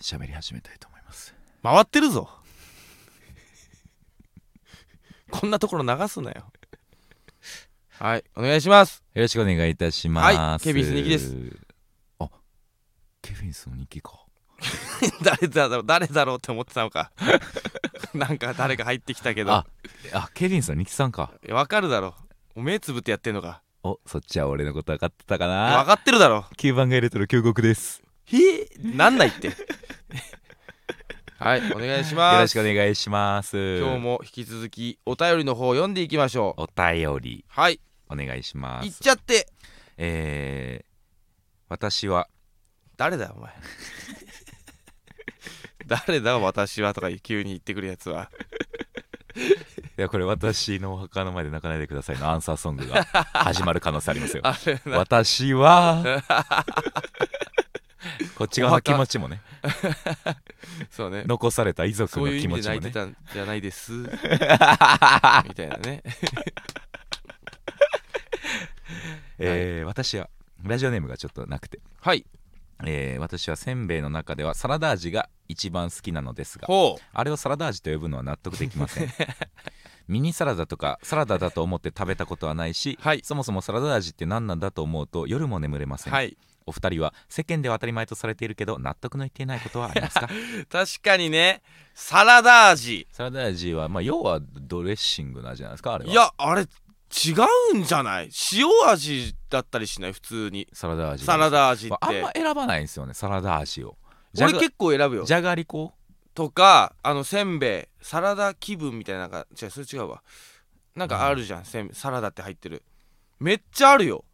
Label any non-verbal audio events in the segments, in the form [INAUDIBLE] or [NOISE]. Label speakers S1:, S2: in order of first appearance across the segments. S1: 喋り始めたいと思います
S2: 回ってるぞ [LAUGHS] こんなところ流すなよはいお願いします [COUGHS]
S1: よろしくお願いいたします、
S2: はいケビンスニキです
S1: あケビンスのニキか
S2: 誰だろう誰だろうって思ってたのか [LAUGHS] なんか誰か入ってきたけど
S1: ああケビンスのニキさんか
S2: いやわかるだろお目つぶってやってんのか
S1: おそっちは俺のこと分かってたか
S2: わ
S1: な
S2: かってるだろ
S1: 9番街レトロ京極です
S2: ひなんないって [LAUGHS] はいお願いし
S1: よろ
S2: ま
S1: し
S2: す
S1: くお願いします
S2: 今日も引き続きお便りの方を読んでいきましょう
S1: お便り
S2: はい
S1: お願いしま
S2: 行っ
S1: す
S2: ちゃって
S1: えー、私は
S2: 誰だよお前 [LAUGHS] 誰だ私はとか急に言ってくるやつはい
S1: やこれ私のお墓の前で泣かないでくださいのアンサーソングが始まる可能性ありますよ
S2: あれな
S1: 私
S2: [LAUGHS]
S1: はこっち側の気持ちもね
S2: そうね
S1: 残された遺族
S2: そう
S1: の
S2: いう
S1: 気
S2: 意
S1: 持
S2: 味で
S1: ち
S2: 泣
S1: も
S2: いて
S1: ね
S2: たんじゃないです [LAUGHS] みたいなね
S1: えー私はラジオネームがちょっとなくて、
S2: はい
S1: えー私はせんべいの中ではサラダ味が一番好きなのですが
S2: ほ
S1: あれをサラダ味と呼ぶのは納得できませ
S2: [LAUGHS]
S1: んミニサラダとかサラダだと思って食べたことはないし、
S2: はい
S1: そもそもサラダ味って何なんだと思うと夜も眠れませ、
S2: うんはい
S1: お二人は世間では当たり前とされているけど納得のいっていないことはあります
S2: [LAUGHS]
S1: か
S2: 確かにねサラダ味
S1: サラダ味は、まあ、要はドレッシングな味なんですかあれはい
S2: やあれ違うんじゃない塩味だったりしない普通に
S1: サラダ味
S2: サラダ味っ
S1: あん
S2: て
S1: ま選ばないんですよねサラダ味をじゃ
S2: 俺
S1: が
S2: 結構選ぶよ
S1: じゃがりこと
S2: かあのせんべいサラダ気分みたいななんか違うそれ違うわなんかあるじゃん、せんサラダって入ってるめっちゃあるよ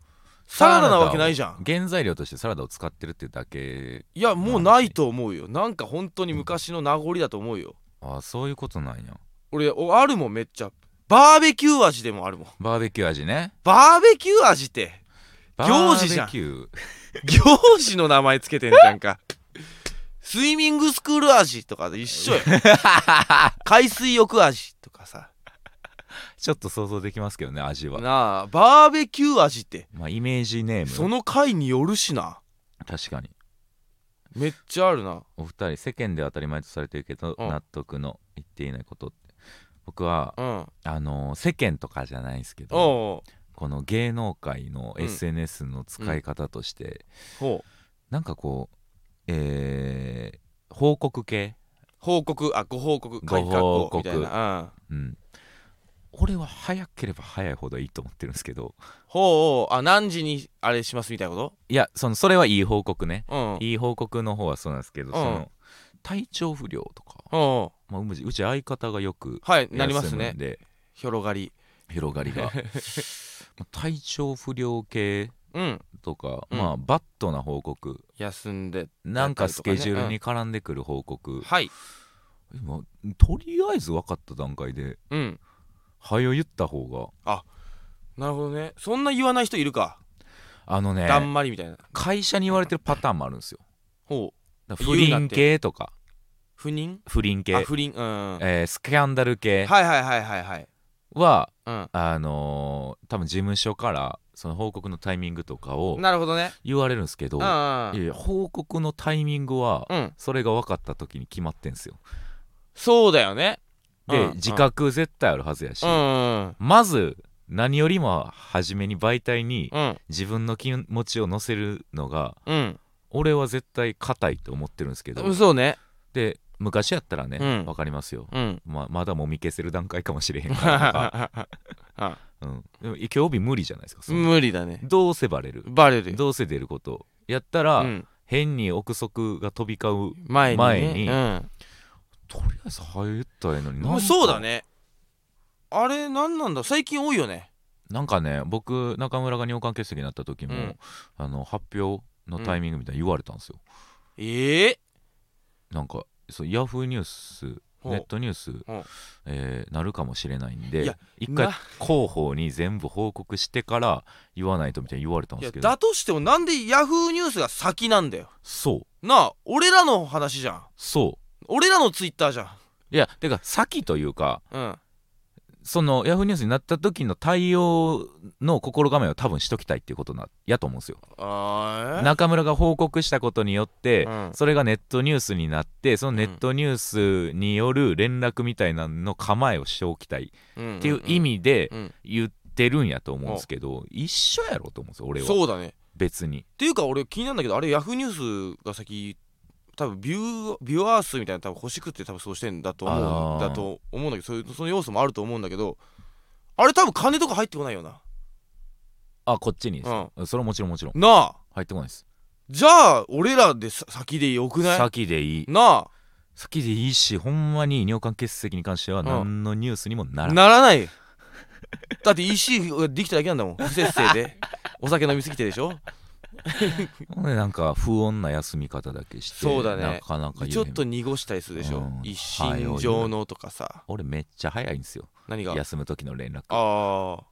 S2: サラダなわけないじゃん
S1: 原材料としてサラダを使ってるっていうだけ
S2: いやもうないと思うよなんか本当に昔の名残だと思うよ
S1: あそういうことなんや
S2: 俺おあるもんめっちゃバーベキュー味でもあるもん
S1: バーベキュー味ね
S2: バーベキュー味って行事じゃん
S1: バーベキュー
S2: 行事の名前つけてんじゃんかスイミングスクール味とかと一緒よ [LAUGHS] 海水浴味とかさ
S1: ちょっと想像できますけどね味は
S2: なあバーベキュー味って
S1: まあイメージネー
S2: そ
S1: ム
S2: の回によるしな
S1: 確かに
S2: めっちゃあるな
S1: お二人世間では当たり前とされてるけど、
S2: うん
S1: 納得の言っていないことって僕は
S2: うんおう
S1: あのー世間とかじゃないんですけど
S2: おう
S1: この芸能界の
S2: うん
S1: SNS の使い方として、
S2: ほう
S1: なんかこうえー報告系
S2: 報告あご報
S1: ご報
S2: 告
S1: 告
S2: 開花みたいな、うん、
S1: うん俺は早ければ早いほどいいと思ってるんですけど
S2: ほうほうあ何時にあれしますみたいなこ
S1: いやそのそれはいい報告ね、
S2: とうん
S1: いい報告の方はそうなんですけど、
S2: ん
S1: その体調不良とか、
S2: ほうほ
S1: まあ、うちうち相方がよく
S2: うはいなります
S1: 休む
S2: ね
S1: んで
S2: 広がり
S1: 広がり
S2: [LAUGHS]
S1: がまあ体調不良系
S2: うん
S1: とか、
S2: うん
S1: まあバッドな報告
S2: 休んで
S1: なんかスケジュールに絡んでくる報告、
S2: はい
S1: 今とりあえず分かった段階で
S2: うん
S1: 早よ言った方が
S2: なるほどねそんな言わない人いるか
S1: あのね
S2: だんまりみたいな
S1: 会社に言われてるパターンもあるんですよ
S2: ほう
S1: だから
S2: 言
S1: 不
S2: うな
S1: 倫
S2: って
S1: 系とか
S2: 不妊
S1: 不倫系
S2: あ不倫うんうんはい
S1: えースキャンダル系
S2: はいはいはいはい
S1: は
S2: う
S1: あのー多分事務所からその報告のタイミングとかを
S2: んなるほどね
S1: 言われるんですけど
S2: う
S1: い
S2: ん
S1: や
S2: うんうん
S1: いや報告のタイミングは
S2: うん
S1: それが分かった時に決まってんすよ
S2: そうだよね
S1: で
S2: うん
S1: 自覚絶対あるはずやし
S2: うんうん
S1: まず何よりも初めに媒体に
S2: うん
S1: 自分の気持ちを載せるのが
S2: うん
S1: 俺は絶対硬いと思ってるんですけど
S2: うんそうね
S1: で昔やったらね
S2: うん
S1: 分かりますよ
S2: うん
S1: まあまだもみ消せる段階かもしれへん
S2: [LAUGHS]
S1: から
S2: あ
S1: とか、うん、でも今日日 [LAUGHS] 無理じゃないですかそんな
S2: 無理だね
S1: どうせバレる
S2: バレるよ
S1: どうせ出ることやったら、
S2: うん
S1: 変に憶測が飛び交う
S2: 前にね
S1: 前に
S2: うん
S1: とりあえず入ったらええのになん
S2: も
S1: か
S2: うそうだねあれなんなんだ最近多いよね
S1: なんかね僕中村が尿管結石になった時も、
S2: うん
S1: あの発表のタイミングみたいに言われたんですよ、
S2: ええ
S1: なんかそうヤフーニュース
S2: ほう
S1: ネットニュース
S2: ほう、
S1: えーなるかもしれないん
S2: い
S1: で
S2: や
S1: 一回
S2: な
S1: 広報に全部報告してから言わないとみたいに言われたん
S2: い
S1: で
S2: や
S1: すけど
S2: だとしてもなんでヤフーニュースが先なんだよ
S1: そう
S2: なあ俺らの話じゃん
S1: そ
S2: 俺らのツイッターじゃん
S1: ういやてか先というか
S2: うん
S1: そのヤフーニュースになった時の対応の心構えを多分しときたいっていうことなやと思うんですよ
S2: あーえ
S1: 中村が報告したことによって、
S2: うん
S1: それがネットニュースになってそのネットニュースによる連絡みたいなのの構えをしておきたい
S2: うん
S1: っていう意味で
S2: うんうん
S1: 言ってるんやと思うんですけど、一緒やろと思うんですよ俺は
S2: そうだねっ
S1: 別に
S2: ていうか俺気になるんだけどあれヤフーニュースが先多分ビュービュアー数みたいな多分欲しくって多分そうしてんだと思う
S1: あー
S2: だと思うんだけどそういうその要素もあると思うんだけどあれ多分金とか入ってこないよな
S1: あこっちにですか、それはもちろんもちろん
S2: なあ
S1: 入ってこないです
S2: じゃあ俺らでさ先でよくない
S1: 先でいい
S2: な
S1: 先でいいしほんまに尿管結石に関しては何のニュースにもな
S2: あ
S1: らん
S2: ならないだって EC ができただけなんだもん不節
S1: [LAUGHS]
S2: 制でお酒飲みすぎてでしょ
S1: ほんでなんか不穏な休み方だけして
S2: そうだね
S1: なかなか
S2: ちょっと
S1: 夢
S2: 濁したりするでしょ、
S1: うん
S2: 一心上のとかさ
S1: 俺めっちゃ早いんですよ
S2: 何があ
S1: 休む時の連絡
S2: あ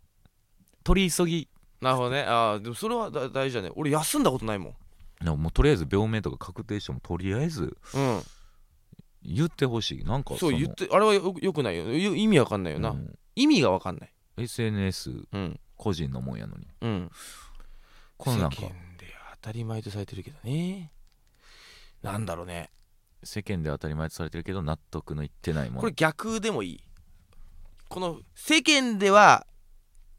S1: 取り急ぎ
S2: ーなるほどねああでもそれはだ大事だね俺休んだことないもん
S1: なもうとりあえず病名とか確定してもとりあえず
S2: うん
S1: 言ってほしいなんか
S2: そう
S1: の
S2: 言ってあれはよよくないよよ意味わかんないよな、
S1: うん
S2: 意味がわかんない
S1: SNS
S2: うん
S1: 個人のもんやのに
S2: うん
S1: このなんか
S2: 世間で当たり前とされてるけどねなんだろうね
S1: 世間で当たり前とされてるけど納得のいってないも
S2: こ
S1: の
S2: れ逆でもいいこの世間では、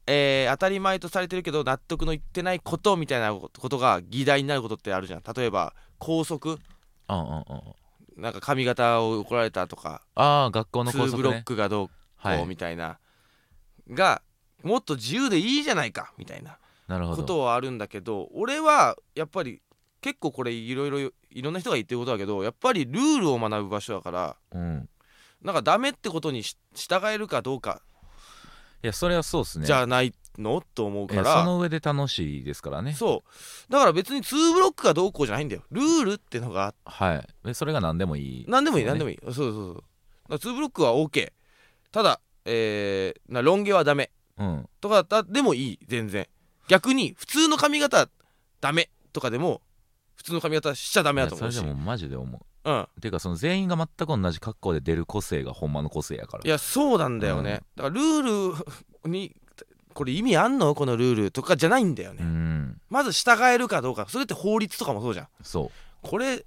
S2: えー当たり前とされてるけど納得のいってないことみたいなことが議題になることってあるじゃん例えば校則
S1: ああああ
S2: なんか髪型を怒られたとか、
S1: ああ学校の
S2: ツ
S1: 校
S2: ー
S1: 則
S2: ブロッ
S1: ね
S2: クがどうこ
S1: は
S2: う
S1: い
S2: みたいな、がもっと自由でいいじゃないかみたいな
S1: なるほ
S2: こ
S1: ど
S2: とはあるんだけど俺はやっぱり結構これいろいろいろんな人が言ってることだけどやっぱりルールを学ぶ場所だから
S1: うん
S2: なんかダメってことにし従えるかどうか
S1: いやそれはそうですね
S2: じゃないのと思う
S1: い
S2: か
S1: や
S2: ら
S1: その上で楽しいですからね
S2: そうだから別に2ブロックがどうこうじゃないんだよルールってのが
S1: はいでそれが何でもいい
S2: 何でもいい
S1: そうね
S2: 何でもいいそうそうそうだ2ブロックは OK ただえー、なロン毛はダメ
S1: うん
S2: とかだでもいい全然逆に普通の髪型ダメとかでも普通の髪型しちゃダメだと
S1: い
S2: 思
S1: や
S2: う
S1: そ
S2: し
S1: れでもマジで思う
S2: うん
S1: ていうかその全員が全く同じ格好で出る個性がほんまの個性やから
S2: いやそうなんだよね、だからルールにこれ意味あんのこのルールとかじゃないんだよね、
S1: うん
S2: まず従えるかどうかそれって法律とかもそうじゃん
S1: そ
S2: これ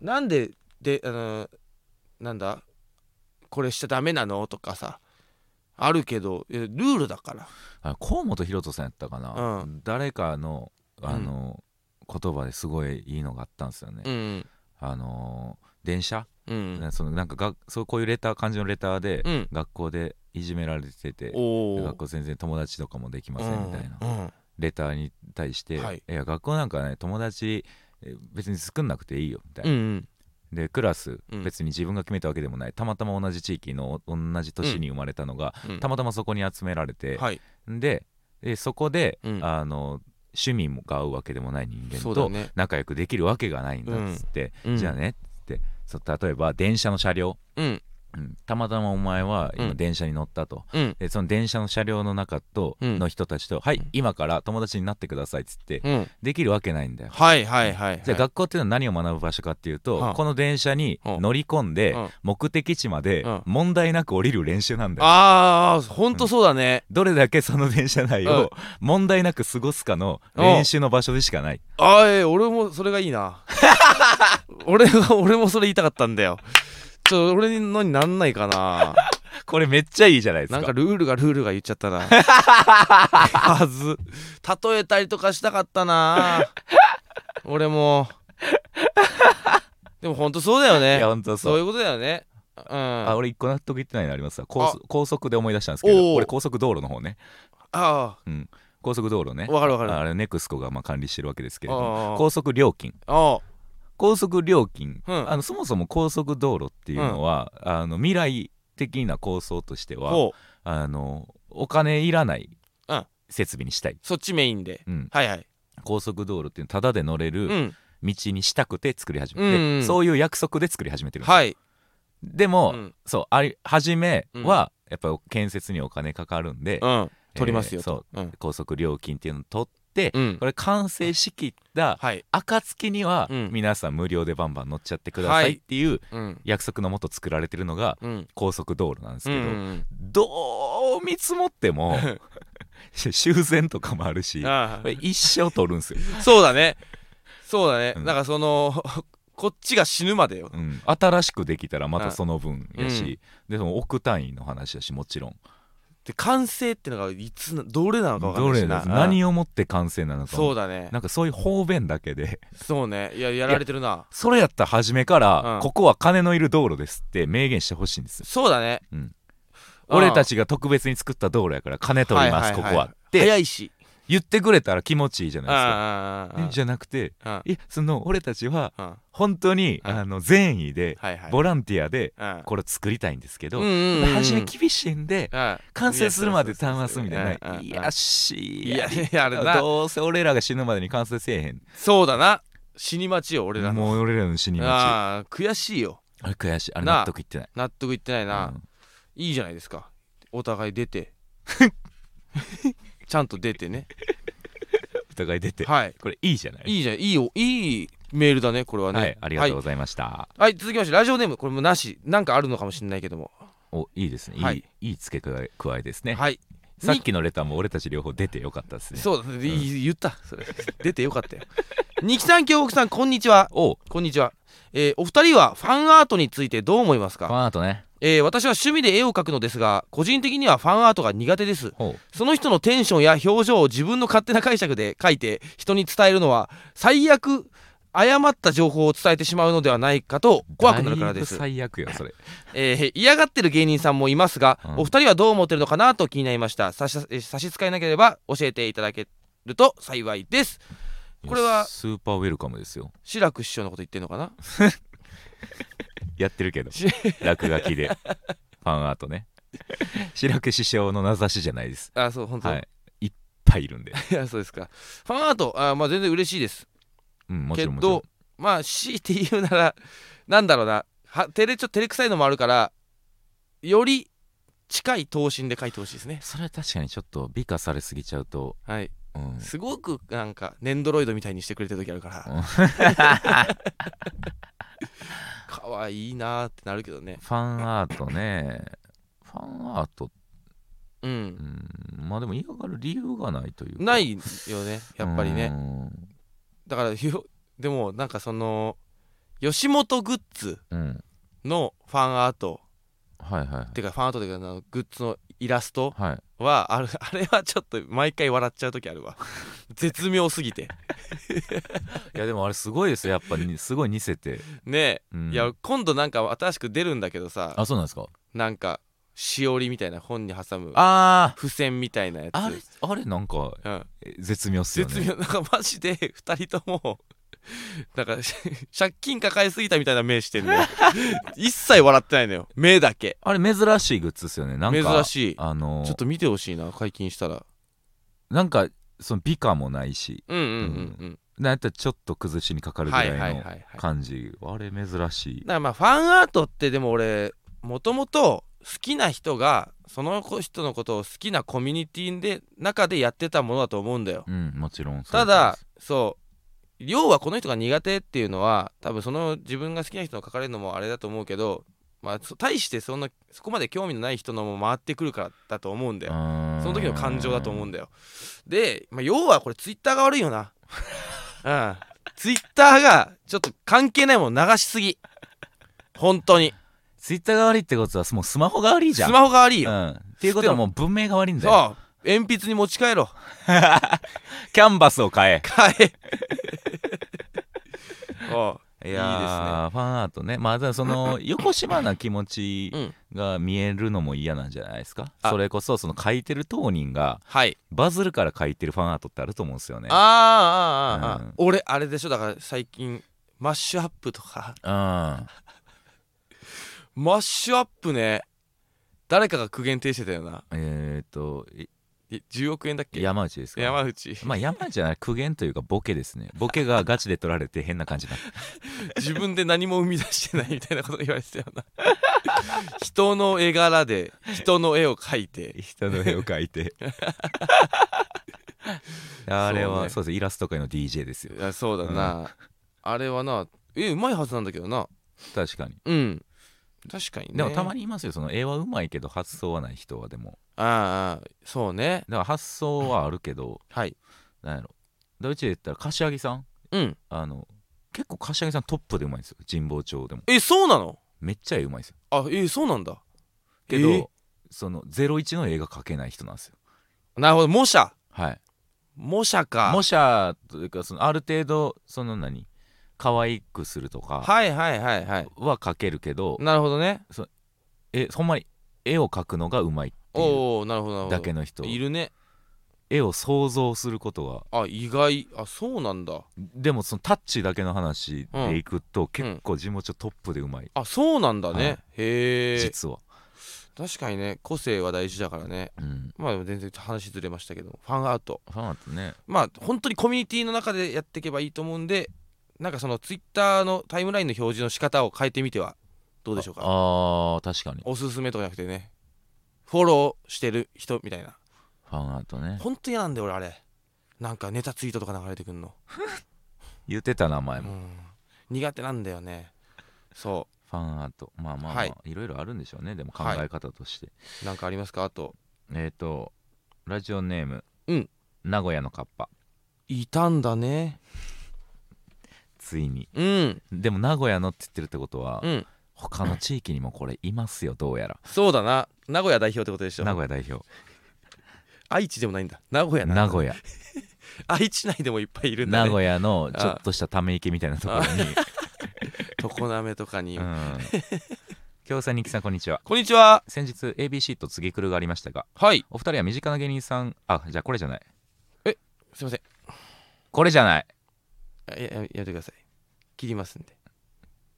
S2: なんでであのなんだこれしちゃダメなのとかさあるけどえルールだから
S1: うあ河本大翔さんやったかな、
S2: う
S1: 誰かのあの、言葉ですごいいいのがあったんですよね、
S2: うん
S1: あのー電車、
S2: うん
S1: ねそのなんかがそうこういうレター漢字のレターで、
S2: うん
S1: 学校でいじめられてて
S2: おお
S1: 学校全然友達とかもできませんみたいな、
S2: うん
S1: レターに対して「
S2: はい
S1: い、や学校なんかね友達え別に作んなくていいよ」みたいな
S2: う、ん
S1: でクラス、
S2: うん
S1: 別に自分が決めたわけでもないたまたま同じ地域の同じ年に生まれたのが、
S2: うん
S1: たまたまそこに集められて、
S2: はい
S1: ででそこで、
S2: うん
S1: あの趣味もが合うわけでもない人間
S2: そうだ
S1: と
S2: ね
S1: 仲良くできるわけがないんだっつって、
S2: うん
S1: じゃあねっつってそう例えば電車の車両、
S2: うん
S1: うんたまたまお前は
S2: う
S1: 今
S2: ん
S1: 電車に乗ったと、
S2: うん
S1: でその電車の車両の中と、
S2: うん
S1: の人たちと「はい今から友達になってください」っつって、
S2: うん
S1: できるわけないんだよ。
S2: はいはいはい
S1: じゃあ
S2: はい
S1: 学校っていうのは何を学ぶ場所かっていうと、
S2: うん
S1: この電車に乗り込んで、
S2: うん
S1: 目的地まで
S2: うん
S1: 問題なく降りる練習なんだよ。
S2: ああほんとそうだね
S1: どれだけその電車内
S2: うん
S1: を問題なく過ごすかの練習の場所でしかない。
S2: あーえー俺もそれがいいな [LAUGHS] 俺が俺もそれ言いたかったんだよちょ俺のになんないかな
S1: これめっちゃいいじゃないですか。
S2: なんかルールがルールが言っちゃったなはず例えたりとかしたかったな俺もでもほんとそうだよ
S1: いや
S2: ね
S1: 本当
S2: そ
S1: そうう。
S2: いうことだよねうん
S1: あ
S2: あ
S1: 俺一個納得いってないのありますわ高速高速で思い出したんですけ
S2: おー
S1: ど俺高速道路の方ね、
S2: あ
S1: うん、高速道路ね
S2: ーわかるわかる
S1: あれネクスコがまあ管理してるわけですけれども
S2: あー
S1: 高速料金
S2: あ
S1: 高速料金、
S2: うん
S1: あのそもそも高速道路っていうのは、あの未来的な構想としては
S2: ほう
S1: あのお金いらない
S2: うん
S1: 設備にしたい、
S2: そっちメインで
S1: うん、
S2: はいはい
S1: 高速道路っていうのはタダで乗れ
S2: う
S1: る
S2: ん
S1: 道にしたくて作り始めて、
S2: うんうん
S1: そういう約束で作り始めてるんですよ
S2: はい
S1: でも、
S2: うん
S1: そうあり初めは、やっぱり建設にお金かかるんで、
S2: うん取りますよ
S1: えーそう
S2: うん
S1: 高速料金っていうのを取って、
S2: うん
S1: これ完成しきった
S2: はい
S1: 暁には、
S2: うん
S1: 皆さん無料でバンバン乗っちゃってくださ
S2: はいい
S1: っていう
S2: うん
S1: 約束のもと作られてるのが
S2: うん
S1: 高速道路なんです
S2: う
S1: けど、
S2: ん
S1: どう見積もって
S2: [LAUGHS]
S1: も修繕とかもあるし
S2: あ
S1: これ一生取るんですよ、
S2: あそうだねそうだね、
S1: うん
S2: なんかその [LAUGHS] こっちが死ぬまでよ
S1: うん、新しくできたらまたその分や
S2: うん
S1: し、でその億単位の話だしもちろん
S2: で完成ってのがいつなどれなのか分かん
S1: ど
S2: ない
S1: れで
S2: しな
S1: す
S2: うん
S1: 何をもって完成なのかも
S2: そうだね
S1: なんかそういう方便だけで
S2: そうねいややられてるな
S1: それやったら初めから、
S2: うん
S1: ここは金のいる道路ですって明言してほしいんですよ
S2: そうだね、
S1: うん俺た
S2: ち
S1: ちが特別に作った道路やから金取ります、ここはって
S2: 早いし
S1: 言ってくれたら気持ちいいじゃ
S2: うん
S1: ないです
S2: うん
S1: か、
S2: うん
S1: じゃなくて
S2: うん
S1: いやその俺たちは
S2: うんは
S1: 本当に、
S2: はい
S1: あの善意で、
S2: いはい
S1: ボランティアで
S2: うん
S1: これを作りたいんですけど、
S2: うんうんうん
S1: 初め厳しいんで
S2: うん
S1: 完成するまで頼ますみたい
S2: うんうん
S1: な
S2: うん
S1: いやし
S2: いやいやあれな
S1: どうせ俺らが死ぬまでに完成せえへん
S2: そうだな死に待ちよ俺らの
S1: もう俺らの死に待ち
S2: ああ悔しいよ
S1: あれ悔しいあれ
S2: なあ
S1: 納得いってない
S2: 納得いってないな、
S1: うん
S2: いいじゃないですかお互い
S1: [LAUGHS]
S2: 出てちゃんと出てね
S1: お互い出て
S2: はい
S1: これいいじゃない
S2: いいじゃんいいよいいメールだねこれはね
S1: はいありがとう
S2: は
S1: ございました
S2: い、はい続きましてラジオネームこれもなしなんかあるのかもしれないけども
S1: おいいですねいい,、
S2: はい
S1: い、い付け加え加えですね、
S2: はい
S1: さっきのレターも俺たち両方出てよかったですね
S2: そうだね、いい言ったそれ [LAUGHS] 出てよかったよ二木さん京極さんこんにちは
S1: おフ
S2: こんにちは、えーお二人はファンアートについてどう思います
S1: ァ
S2: か、
S1: ンアートね
S2: えー私は趣味で絵を描くのですが個人的にはファンアートが苦手です
S1: ほう
S2: その人のテンションや表情を自分の勝手な解釈で書いて人に伝えるのは最悪誤った情報を伝えてしまうのではないかと怖くなるから
S1: だい
S2: で
S1: ぶ
S2: す、
S1: 最悪よそれ
S2: えー嫌がってる芸人さんもいますが、
S1: うん
S2: お二人はどう思ってるのかなと気になりました差しえー差し支えなければ教えていただけると幸いですこれはい
S1: やスーパーウェルカムですよ
S2: 志らく師匠のこと言ってるの
S1: [LAUGHS]
S2: かな
S1: やってる
S2: [LAUGHS]
S1: けど
S2: し
S1: 落書きでファンアートね白く師匠の名指しじゃないです
S2: あそう本当、
S1: はいいっぱいいるんで、
S2: [LAUGHS] いやそうですかファンアートあまあ全然嬉しいです
S1: うん、もち
S2: け
S1: ろんもちろん
S2: どまあ強いて言うならなんだろうなは照れちょっと照れくさいのもあるからより近い等身で書いてほしいですね
S1: それは確かにちょっと美化されすぎちゃうと、
S2: はい
S1: うん、
S2: すごくなんかネンドロイドみたいにしてくれてる時あるから、
S1: [LAUGHS]
S2: かわいいなーってなるけどね
S1: ファンアートねファンアート、
S2: う
S1: うんん、まあでも嫌がる理由がないというか
S2: ないよねやっぱりね
S1: うん
S2: だからひょでもなんかその吉本グッズ
S1: うん
S2: のファンアート
S1: はいはい
S2: てかファンアートというかあのグッズのイラスト
S1: はい
S2: はあるあれ [LAUGHS] はちょっと毎回笑っちゃう時ある
S1: [LAUGHS]
S2: わ絶妙すぎて
S1: いやでもあれすごいですよやっぱりすごい似せて、
S2: ね
S1: う
S2: え、
S1: ん
S2: いや今度なんか新しく出るんだけどさ
S1: あそうなんですか
S2: なんかしおりみたいな本に挟む
S1: あ
S2: 付箋みたいなやつ
S1: あれあれなんか
S2: うん、
S1: え絶妙っすよね
S2: 絶妙 [LAUGHS] なんかマジで2人ともなんか [LAUGHS] 借金抱えすぎたみたいな目してん
S1: [LAUGHS]
S2: のよ一切笑ってないのよ目だけ
S1: あれ珍しいグッズですよねなんか
S2: 珍しい
S1: あの
S2: ちょっと見てほしいな解禁したら
S1: なんかその美化もないし
S2: うんうんうん
S1: なんやったらちょっと崩しにかか
S2: うん
S1: るぐ
S2: は
S1: ら
S2: いはい
S1: い
S2: は
S1: の
S2: いはい
S1: 感じあれ珍しい
S2: だからまあファンアートってでも俺もともと好きな人がその人のことを好きなコミュニティで中でやってたものだと思うんだよ
S1: うんもちろんそう
S2: た
S1: です
S2: だそう要はこの人が苦手っていうのは多分その自分が好きな人の書かれるのもあれだと思うけどまあそ対してそんなそこまで興味のない人のも回ってくるからだと思うんだ
S1: う
S2: よ
S1: ーん
S2: その時の感情だと思うんだよで、まあ、要はこれツイッターが悪い
S1: [LAUGHS]
S2: よなうんツイッターがちょっと関係ないもの流しすぎ本当に
S1: ツイッターが悪いってことはもうスマホが悪いじゃん
S2: スマホが悪いよ、
S1: うん、っていうことはもう文明が悪いんだ
S2: そう
S1: よ
S2: 鉛筆に持ち帰ろう
S1: キャンバスを変え
S2: 変
S1: [LAUGHS]
S2: えおう
S1: いやー
S2: いいです
S1: ファ
S2: ね
S1: ンアートねまあでもそ
S2: [LAUGHS]
S1: の横島な気持ちが見えるのも嫌なんじゃないですか、
S2: あ
S1: それこそその書いてる当人が
S2: はい
S1: バズるから書いてるファンアートってあると思うんですよね
S2: あーあーあーあー、
S1: うん
S2: 俺あれでしょだから最近マッシュアップとか
S1: うん
S2: マッシュアップね誰かが苦言呈してたよな
S1: えっ、とい
S2: い10億円だっけ
S1: 山内ですか
S2: 山内
S1: まあ山じゃない苦言というかボケですねボケがガチで取られて変な感じになった
S2: 自分で何も生み出してないみたいなこと言われてたよな人の絵柄で人の絵を描いて
S1: 人の絵を描いてあれは
S2: そ
S1: そうですイラスト界の DJ ですよ
S2: いやそうだな、あれはなえうまいはずなんだけどな
S1: 確かに
S2: うん確かにね
S1: でもたまにいますよその絵はうまいけど発想はない人はでも
S2: ああそうね
S1: だから発想はあるけど、
S2: はい
S1: なんやろだからうちで言ったら柏木さん
S2: うん
S1: あの結構柏木さんトップでうまいんですよ神保町でも
S2: えそうなの
S1: めっちゃ絵うまいんですよ
S2: あえそうなんだ
S1: けど、
S2: え
S1: その01の絵が描けない人なんですよ
S2: なるほど模写
S1: はい
S2: 模写か
S1: 模写というかそのある程度その何可愛くするとか
S2: はいはいはいはい
S1: は描けるけど
S2: なるほどね
S1: えほんまに絵を描くのがうまいっていう
S2: おおなるほどなるほど
S1: だけの人
S2: いるね
S1: 絵を想像することは
S2: あ意外あそうなんだ
S1: でもそのタッチだけの話でいくと、結構地元トップでうまい、
S2: あそうなんだね、
S1: はい
S2: へえ
S1: 実は、
S2: 確かにね個性は大事だからね
S1: うん、
S2: まあでも全然話ずれましたけどファンアート
S1: ファンアートね
S2: まあ本当にコミュニティの中でやっていけばいいと思うんでなんかそのツイッターのタイムラインの表示の仕方を変えてみてはどうでしょうか
S1: ああ確かに
S2: おすすめとかじゃなくてねフォローしてる人みたいな
S1: ファンアートね
S2: ほんと嫌なんだよ俺あれなんかネタツイートとか流れてくんの、
S1: 言ってた名前
S2: う
S1: も、
S2: ん、苦手なんだよねそ
S1: ファンアートまあまあまあ、
S2: はい
S1: い、ろいろあるんでしょうねでも考
S2: はい
S1: え方として、
S2: うなんかありますかあと
S1: えっ、とラジオネーム、
S2: うん
S1: 名古屋のカッパ
S2: いたんだね
S1: ついに
S2: うん
S1: でも名古屋のって言ってるってことは、
S2: うん
S1: 他の地域にもこれいますよどうやら
S2: そうだな名古屋代表ってことでしょ
S1: 名古屋代表
S2: 愛知でもないんだ名古屋な
S1: 名古屋
S2: 愛知内でもいっぱいいるんだ、ね、
S1: 名古屋のちょっとしたため池みたいなところに
S2: 常滑とかに、
S1: うん京さん、にきさん、こんにちは。
S2: こんにちは
S1: 先日 ABC と次くるがありましたが、
S2: はい
S1: お二人は身近な芸人さん、あ、じゃあこれじゃない。
S2: すいません
S1: これじゃない。
S2: あやややめてください切りますんで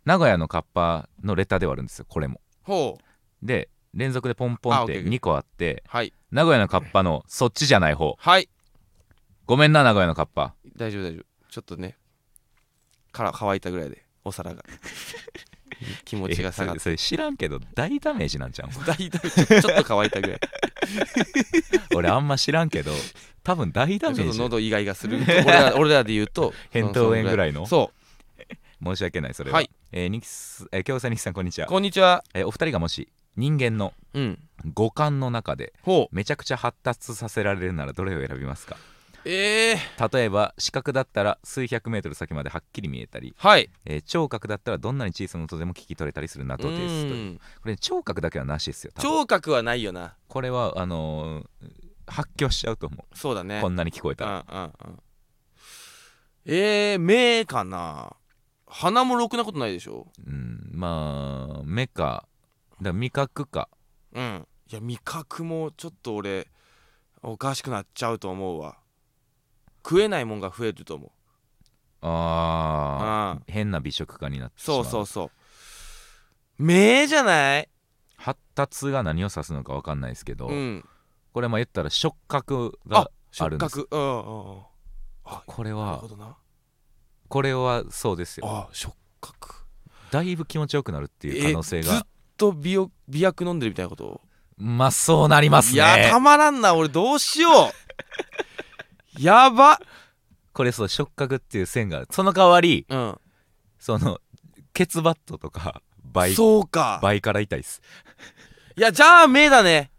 S1: 名古屋のカッパのレターではあるんですよ、これも。
S2: ほう
S1: で、連続でポンポン
S2: あ
S1: っ
S2: OK
S1: て
S2: OK
S1: 2個あって、
S2: はい
S1: 名古屋のカッパのそっちじゃない方。
S2: はい
S1: ごめんな、名古屋のカッパ。
S2: 大丈夫大丈夫ちょっとねから乾いたぐらいでお皿 [LAUGHS] が気持ちが下がっ
S1: え
S2: て
S1: それそれ知らんけど、大ダメージなんじゃん。
S2: 大丈夫ちょちょっと乾いた [LAUGHS] ぐらい
S1: [LAUGHS] 俺、あんま知らんけど、多分大ダメ
S2: ちょ
S1: ー
S2: っと
S1: ジ。
S2: 喉イガイガする俺ら俺らで言うと
S1: 扁桃炎ぐらい
S2: そ
S1: の
S2: そ
S1: 申し訳ない、それは。
S2: はい
S1: えー、にきすえー京さん、にきさん、こんにち
S2: う
S1: は。
S2: こんにちは
S1: えーお二人がもし、人間の
S2: うん
S1: 五感の中で、
S2: ほう
S1: めちゃくちゃ発達させられるならどれを選びますか
S2: えー、
S1: 例えば視覚だったら数百メートル先まではっきり見えたり、
S2: はい
S1: えー聴覚だったらどんなに小さな音でも聞き取れたりするなどですと
S2: う
S1: いうんこれ聴覚だけはなしですよ多分
S2: 聴覚はないよな
S1: これはあのー発狂しちゃうと思う
S2: そうだね
S1: こんなに聞こえた
S2: うんう
S1: ら
S2: んうんえー、目かな鼻もろくなことないでしょ
S1: うんまあ目かだから味覚か
S2: うんいや味覚もちょっと俺おかしくなっちゃうと思うわ食えないもんが増えると思う
S1: あ
S2: あ
S1: ー変な美食家になってしま
S2: そううそうそう目じゃない
S1: 発達が何を指すのか分かんないですけど、
S2: うん
S1: これまあ言ったら触覚
S2: あ
S1: がある
S2: 触
S1: んです
S2: 覚うんうんうんあ
S1: これ
S2: なる
S1: は
S2: ほどな
S1: これはそうですよ
S2: あ触覚
S1: だいぶ気持ちよくなるっていう可能性
S2: えずっ
S1: が
S2: と美容美薬飲んでるみたいなこと
S1: まあそうなります
S2: いや
S1: ね
S2: たまらんな俺どうしよ
S1: [LAUGHS]
S2: うやば
S1: これそう触覚っていう線があるその代わり
S2: うん
S1: そのケツバットとか倍
S2: そうか
S1: 倍から痛いっす
S2: いやじゃあ目だね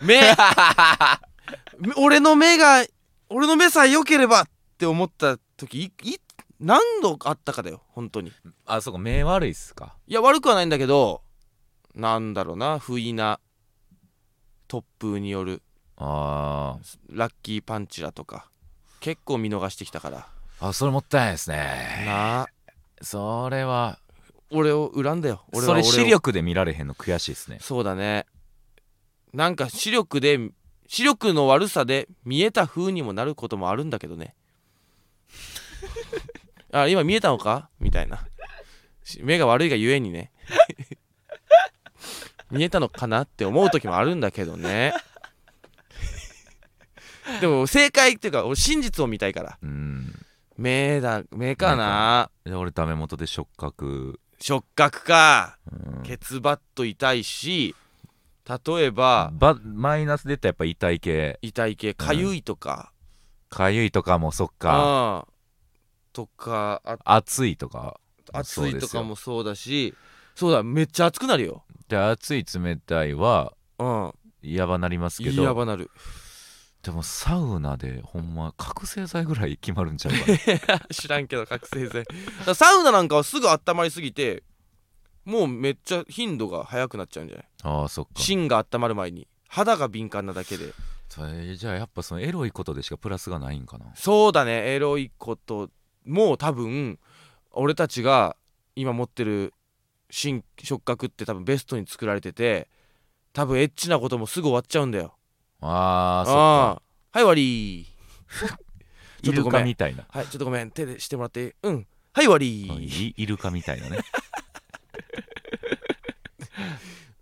S2: 目 [LAUGHS] め俺の目が俺の目さえ良ければって思った時いい何度あったかだよ本当に
S1: あそうか目悪いっすか
S2: いや悪くはないんだけどなんだろうな不意な突風による
S1: あ
S2: ラッキーパンチラとか結構見逃してきたから
S1: ーあそれもったいないですね
S2: なあ
S1: それは
S2: 俺を恨んだよ俺は
S1: そ
S2: 俺
S1: れ
S2: を
S1: 視力で見られへんの悔しいっすね
S2: そうだねなんか視力で視力の悪さで見えた風にもなることもあるんだけど
S1: [LAUGHS]
S2: ねあ今見えたのかみたいなし目が悪いがゆえに
S1: [LAUGHS]
S2: ね見えたのかなって思う時もあるんだけどねでも正解っていうか俺真実を見たいから
S1: うん
S2: 目だ目か
S1: 目
S2: な
S1: で俺ダメ元で触覚
S2: 触覚か
S1: うん
S2: ケツバット痛いし例えば、
S1: ばマイナス出たやっぱ痛い系
S2: 痛い系かゆいとか、
S1: かゆいとかもそっか
S2: ああとかあ
S1: 暑いとか
S2: 暑いとかもそうだしそうだめっちゃ熱くなるよ
S1: で熱い冷たいは
S2: うん
S1: やばなりますけ
S2: いいや
S1: ど
S2: ばなる [LAUGHS]
S1: でもサウナでほんま覚醒剤ぐらい決まるんちゃうかな
S2: 知らんけど覚醒剤だからサウナなんかはすぐ温まりすぎてもうめっちゃ頻度が早くなっちゃうんじゃない
S1: あーそっか
S2: 芯が温まる前に肌が敏感なだけで
S1: それじゃあやっぱそのエロいことでしかプラスがないんかな
S2: そうだねエロいこともう多分俺たちが今持ってる新触覚って多分ベストに作られてて多分エッチなこともすぐ終わっちゃうんだよ
S1: あーそっか
S2: ああはい終わり
S1: イ
S2: ちょっと
S1: ル
S2: ごめん
S1: カみたいな
S2: はいちょっとごめん手でしてもらってうんはい終わ
S1: うん
S2: り
S1: イイルカみたいなね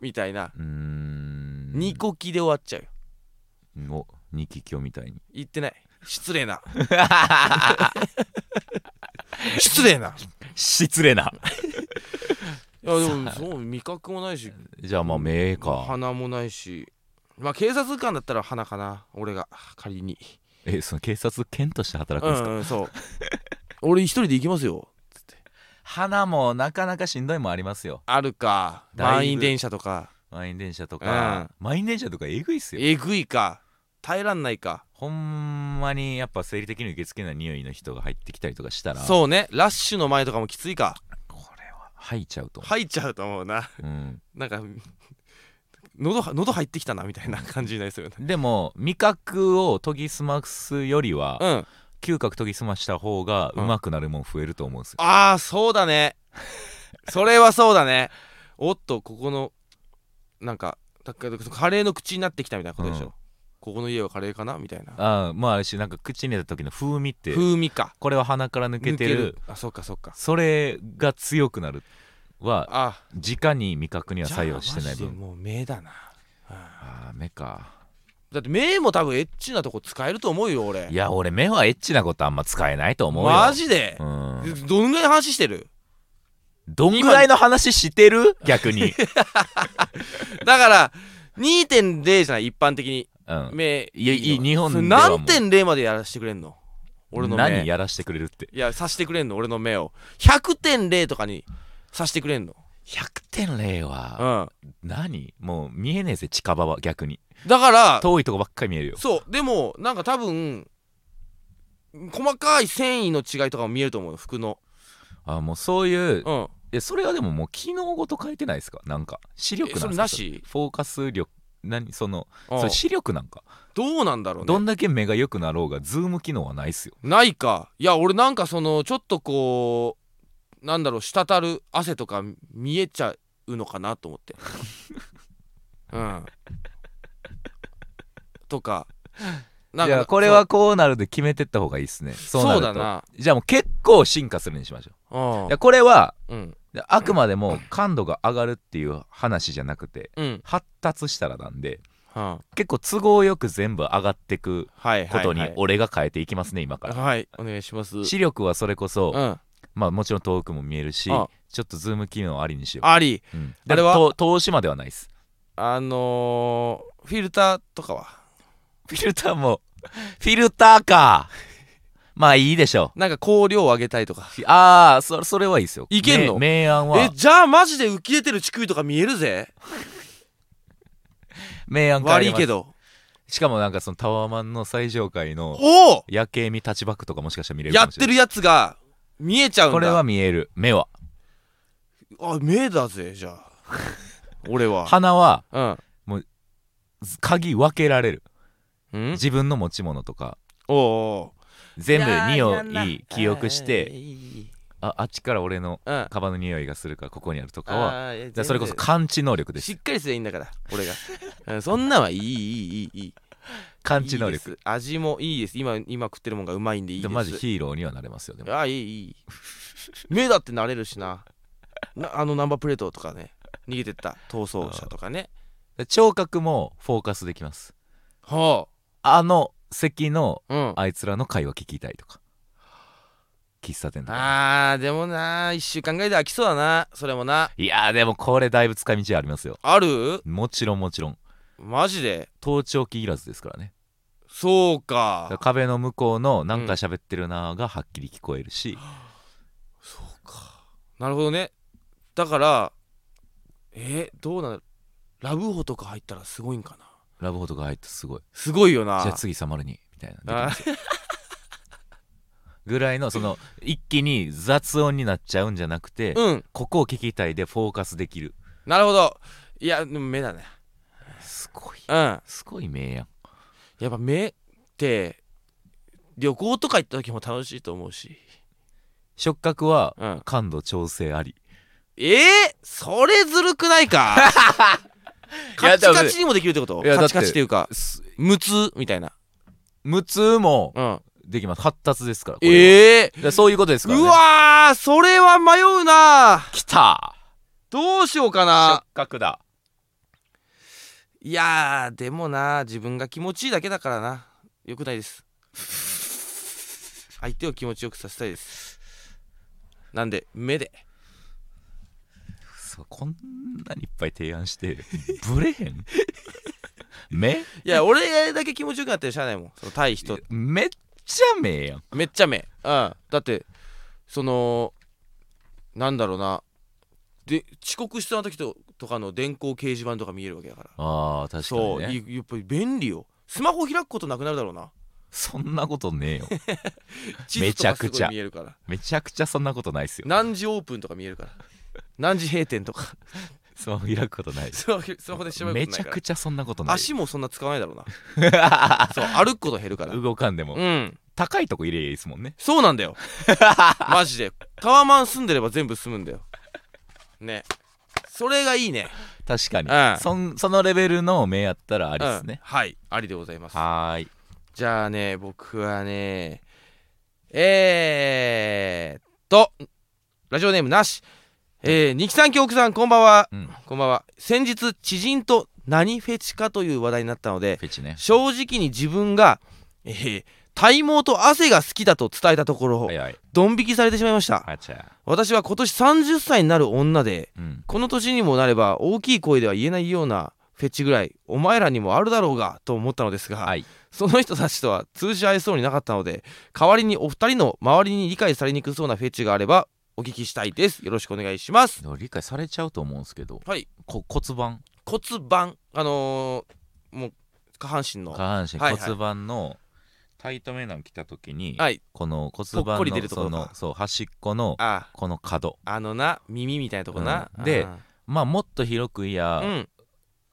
S2: みたいな
S1: うーん
S2: ニコキで終わっちゃうよ
S1: おニキキョみたいに
S2: 言ってない失
S1: [LAUGHS]
S2: 礼な失礼ない
S1: 失礼な
S2: やでもそう味覚もないし
S1: じゃあまあ目か
S2: 鼻もないしまあ警察官だったら鼻かな俺が仮に
S1: えその警察犬として働く
S2: うん
S1: ですか、
S2: ん、うん、そう [LAUGHS] 俺一人で行きますよ
S1: 花もなかなかしんどいもんありますよ
S2: あるか
S1: だいぶ
S2: 満員電車とか
S1: 満員電車とか、満員電車とかえぐいっすよ
S2: えぐいか耐えらんないか
S1: ほんまにやっぱ生理的に受け付けない匂いの人が入ってきたりとかしたらう
S2: そうねラッシュの前とかもきついか
S1: これは吐いちゃうと思
S2: 入っちゃうと思うな
S1: う、うん、
S2: なんか喉は喉入ってきたなみたいな感じになりそうよね
S1: でも味覚を研ぎ澄ますよりは、
S2: うん
S1: 嗅覚研ぎ澄ました方がうまくなるもん増えると思うんですよ、
S2: ああそうだねそれはそうだねおっとここのなんかだからカレーの口になってきたみたいなことでしょ、
S1: うん
S2: ここの家はカレーかなみたいな
S1: あーまああるしなんか口に入れた時の風味って
S2: 風味か
S1: これは鼻から抜けてる
S2: あそっかそっか
S1: それが強くなるは
S2: あ
S1: 直に味覚には作用してない
S2: じゃあマジで
S1: 分
S2: もう目だな、
S1: あー目か
S2: だって目も多分エッチなとこ使えると思うよ俺
S1: いや俺目はエッチなことあんま使えないと思うよ
S2: マジで
S1: う、ん
S2: どんぐらいの話してる
S1: どんぐらいの話してる逆
S2: [LAUGHS]
S1: に
S2: だから2.0じゃない一般的に
S1: うん
S2: 目
S1: いやいい
S2: の
S1: 日本で
S2: それ
S1: はもう
S2: 何点0までやらせてくれんの俺の目
S1: 何やらしてくれるって
S2: いやさしてくれんの俺の目を100.0とかにさしてくれんの
S1: 100点0
S2: う
S1: は
S2: ん
S1: 何もう見えねえぜ近場は逆に
S2: だから
S1: 遠いとこばっかり見えるよ
S2: そうでもなんか多分細かい繊維の違いとかも見えると思うの服の
S1: あもうそういう
S2: うん
S1: いやそれはでももう機能ごと変えてないですかなんか視力なん
S2: えそ
S1: す
S2: れ
S1: か
S2: なし
S1: フォーカス力何その
S2: うん
S1: それ視力なんか
S2: どうなんだろうね
S1: どんだけ目が良くなろうがズーム機能はないっすよ
S2: ないかいや俺なんかそのちょっとこうなんだろう滴る汗とか見えちゃうのかなと
S1: [LAUGHS]
S2: 思ってうんとかない
S1: やこれはこうなるで決めてった方がいいっすねそ
S2: そ
S1: ううな
S2: そ
S1: る
S2: う
S1: と
S2: だな
S1: じゃあもう結構進化するにしましょ
S2: う
S1: うんいやこれは
S2: うん
S1: あくまでも感度が上がるっていう話じゃなくて
S2: うん
S1: 発達したらなんで
S2: は
S1: 結構都合よく全部上がってく
S2: いはい
S1: こ
S2: はい
S1: とに俺が変えていきますね今から
S2: はいお願いします
S1: 視力はそれこそ、
S2: うん
S1: まあもちろん遠くも見えるし
S2: あ
S1: ちょっとズーム機能ありにしよう
S2: あり
S1: うん、
S2: あれは
S1: でもと投資まではないです
S2: あのーフィルターとかは
S1: フィルターもフィルターかまあいいでしょ
S2: なんか香料を上げたいとか
S1: うああそそれはいいですよ
S2: いけんの
S1: め明暗
S2: え
S1: は
S2: じゃあマジで浮き出てる乳首とか見えるぜ
S1: 明暗変わ
S2: 悪
S1: り
S2: い
S1: ます
S2: けど
S1: しかもなんかそのタワマンの最上階の
S2: おお
S1: 夜景見タッチバックとかもしかしたら見れる
S2: や
S1: か
S2: っ
S1: もしてれない
S2: るやつが見えちゃうんだ
S1: これは見える目は
S2: あ目だぜじ
S1: [LAUGHS]
S2: ゃあ俺は
S1: 鼻は
S2: う
S1: 鍵分けられる
S2: んん
S1: 自分の持ち物とか
S2: おうおう
S1: 全
S2: い
S1: 部
S2: やー
S1: 匂
S2: やんない
S1: 記憶し
S2: あー
S1: て
S2: いいいい
S1: ああっちから俺の
S2: うん
S1: カバンの匂いがするからここにあるとかは
S2: あーいや
S1: じゃあそれこそ
S2: 全
S1: 感知能力
S2: 然
S1: です
S2: しっかりすりゃいいんだから俺がうんそんなんはいいいいいいいい
S1: 感知能
S2: いいで
S1: 力
S2: す味もいいです今今食ってるもんがうまいんでいい
S1: で
S2: です
S1: マジヒーローにはなれますよでも
S2: あーいいいい目だって慣れるしななあのナンバープレートとかね逃げてった逃走者とかね
S1: 聴覚もフォーカスできます
S2: は
S1: あの席の
S2: あうん
S1: あいつらの会話聞きたいとか喫茶店とか
S2: あーでもな1週間ぐらいで飽きそうだなそれもない
S1: やーでもこれだいぶ使い道ありますよ
S2: ある
S1: もちろんもちろん
S2: マジで
S1: 盗聴器いらずですからね
S2: そう
S1: だから
S2: か
S1: 壁の向こうのなんか喋ってるなーがはっきり聞こえるし、
S2: そうかなるほどねだからえーどうなるラブホとか入ったらすごいんかな
S1: ラブホとか入ってすごい
S2: すごいよな
S1: じゃあ次サマルにみたいなできますよぐらいのその一気に雑音になっちゃうんじゃなくて、
S2: うん
S1: ここを聞きたいでフォーカスできる
S2: なるほどいやでも目だね
S1: すごい
S2: うんや
S1: すごい名やん
S2: っぱ目って旅行とか行った時も楽しいと思うし
S1: 触覚は
S2: うん
S1: 感度調整あり
S2: えー、それずるくないか
S1: [LAUGHS]
S2: カチカチにもできるってこと
S1: いやだ
S2: カ
S1: って
S2: チカチっていうか
S1: す
S2: 無痛みたいな
S1: 無痛も
S2: うん
S1: できます発達ですからこれは
S2: ええ
S1: だからそういうことですから、ね、
S2: うわーそれは迷うな
S1: きた
S2: どうしようかな
S1: 覚だ
S2: いやーでもな自分が気持ちいいだけだからなよくないです相手を気持ちよくさせたいですなんで目で
S1: そうこんなにいっぱい提案してブレへん [LAUGHS] 目
S2: いや俺だけ気持ちよくなってるしゃあないもんその対人
S1: めっちゃ目やん
S2: めっちゃ目うんだってそのなんだろうなで遅刻しそうな時ととかの電光掲示板とか見えるわけだから
S1: あー確か
S2: そう
S1: にね
S2: いやっぱり便利よスマホ開くことなくなるだろうな
S1: そんなことねえよ
S2: 地図とかす
S1: めちゃく
S2: ご
S1: ち
S2: い
S1: ゃ
S2: 見えるから
S1: めちゃくちゃそんなことないっすよ
S2: 何時オープンとか見えるから何時閉店
S1: [LAUGHS]
S2: とか
S1: スマホ開くことないです
S2: スマホスマホで調べる
S1: め
S2: こ
S1: ち
S2: とない
S1: ゃ
S2: から
S1: くちゃそんなことない
S2: 足もそんな使わないだろうな
S1: [LAUGHS]
S2: そう歩くこと減るから
S1: 動かんでも、
S2: うん
S1: 高いとこ入れりゃいいですもんね
S2: そうなん
S1: [LAUGHS]
S2: だよマジでタワマン住んでれば全部住むんだよねそれがいいね
S1: 確かに、
S2: うん
S1: そんそのレベルの目やったらあ
S2: あ
S1: りっすね、
S2: はいありでございます
S1: はーい
S2: じゃあね僕はねえー、っとラジオネームなしえー、二木さん京子さんこんばんは
S1: うんフ
S2: こんばんは先日知人と何フェチかという話題になったので
S1: ェチね
S2: 正直に自分が、えー体毛と汗が好きだと伝えたところ
S1: はいはい
S2: ドン引きされてしまいました
S1: あちゃ
S2: 私は今年30歳になる女で
S1: うん
S2: この年にもなれば大きい声では言えないようなフェチぐらいお前らにもあるだろうがと思ったのですが、
S1: はい
S2: その人たちとは通じ合いそうになかったので代わりにお二人の周りに理解されにくそうなフェチがあればお聞きしたいですよろしくお願いします
S1: でも理解されちゃうと思うんですけど
S2: はい
S1: こ骨盤
S2: 骨盤あのーもう下半身の
S1: 下半身、
S2: はいはい
S1: 骨盤のタイトめなん着た時に、
S2: はい
S1: この骨
S2: ぽっこ
S1: 盤
S2: り出
S1: の
S2: るとこ
S1: そ
S2: ろか
S1: のそう端っこの
S2: あ
S1: この角
S2: あのな耳みたいなとこな、
S1: うんで
S2: あ
S1: まあもっと広くいや、
S2: ーうん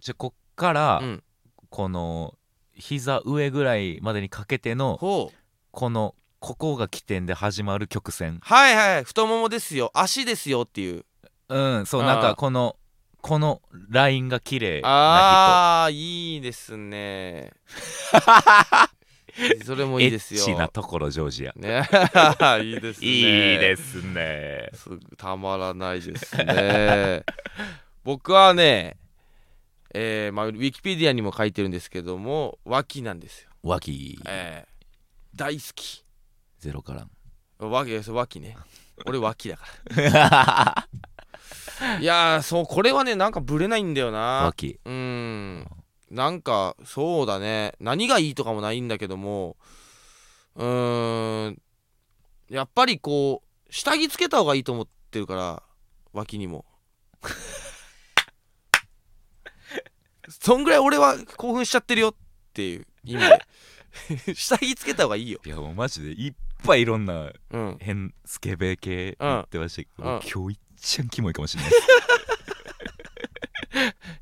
S1: じゃあこっから、
S2: うん
S1: この膝上ぐらいまでにかけての
S2: ほう
S1: このここが起点で始まる曲線
S2: はいはい太ももですよ足ですよっていう
S1: うんそう
S2: あー
S1: なんかこのこのラインが綺麗な
S2: ああいいです
S1: [LAUGHS]
S2: ねそれ
S1: 人
S2: もい
S1: エ
S2: いです
S1: ッ
S2: よ
S1: チなところジョージア [LAUGHS]
S2: ねいいですね
S1: いいですすね
S2: たまらないですね僕はねえーまあ、ウィキペディアにも書いてるんですけども脇なんですよ、
S1: 脇
S2: えー大好き
S1: ゼロからん
S2: 脇そう脇ね俺脇だから
S1: [LAUGHS]
S2: いやーそうこれはねなんかブレないんだよな
S1: 脇
S2: うーんなんかそうだね何がいいとかもないんだけどもうーんやっぱりこう下着つけた方がいいと思ってるから脇にも [LAUGHS] そんぐらい俺は興奮しちゃってるよっていう意味 [LAUGHS] で下着つけた方がいいよ
S1: いやもうマジでいっぱいいろんな
S2: うん
S1: 変スケベ系言ってましたけど、
S2: うんうん
S1: 今日いっちゃんキモいかもしれないです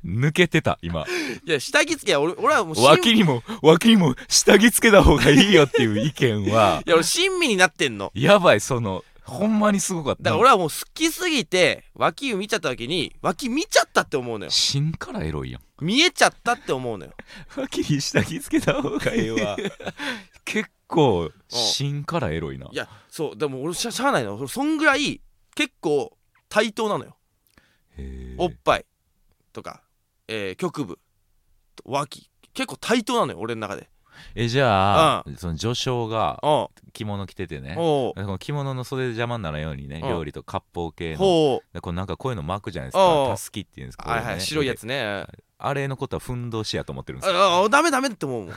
S2: [LAUGHS]
S1: 抜けてた今
S2: いや下着つけ俺俺はもう親
S1: 脇にも脇にも下着つけた方がいいよっていう意見はい
S2: や俺親身になってんの
S1: やばいそのほんまにすごかった
S2: だから俺はもう好きすぎて脇を見ちゃった時に脇見ちゃったって思うのよ
S1: 芯からエロいやん
S2: 見えちゃったって思う
S1: [LAUGHS]
S2: のよ
S1: 脇に下着つけた方がええわ [LAUGHS] 結構芯からエロいない
S2: やそうでも俺しゃしゃあないの俺そんぐらい結構対等なのよ
S1: へえ
S2: おっぱいとか、えー局部脇結構対等なのよ俺の中で
S1: えじゃあ、その序章が
S2: うんお
S1: 着物着ててねこ
S2: おう
S1: の着物の袖で邪魔にならんようにね
S2: うん
S1: 料理と割烹系の
S2: ほう
S1: でこうなんかこういうの巻くじゃないです
S2: おう
S1: か。タスキっていうんですか。こう
S2: は
S1: う
S2: い
S1: の
S2: は
S1: ね
S2: い白いや。つね
S1: あれのことはふんどしやと思ってるんですよ。
S2: ああダメダメって思うもん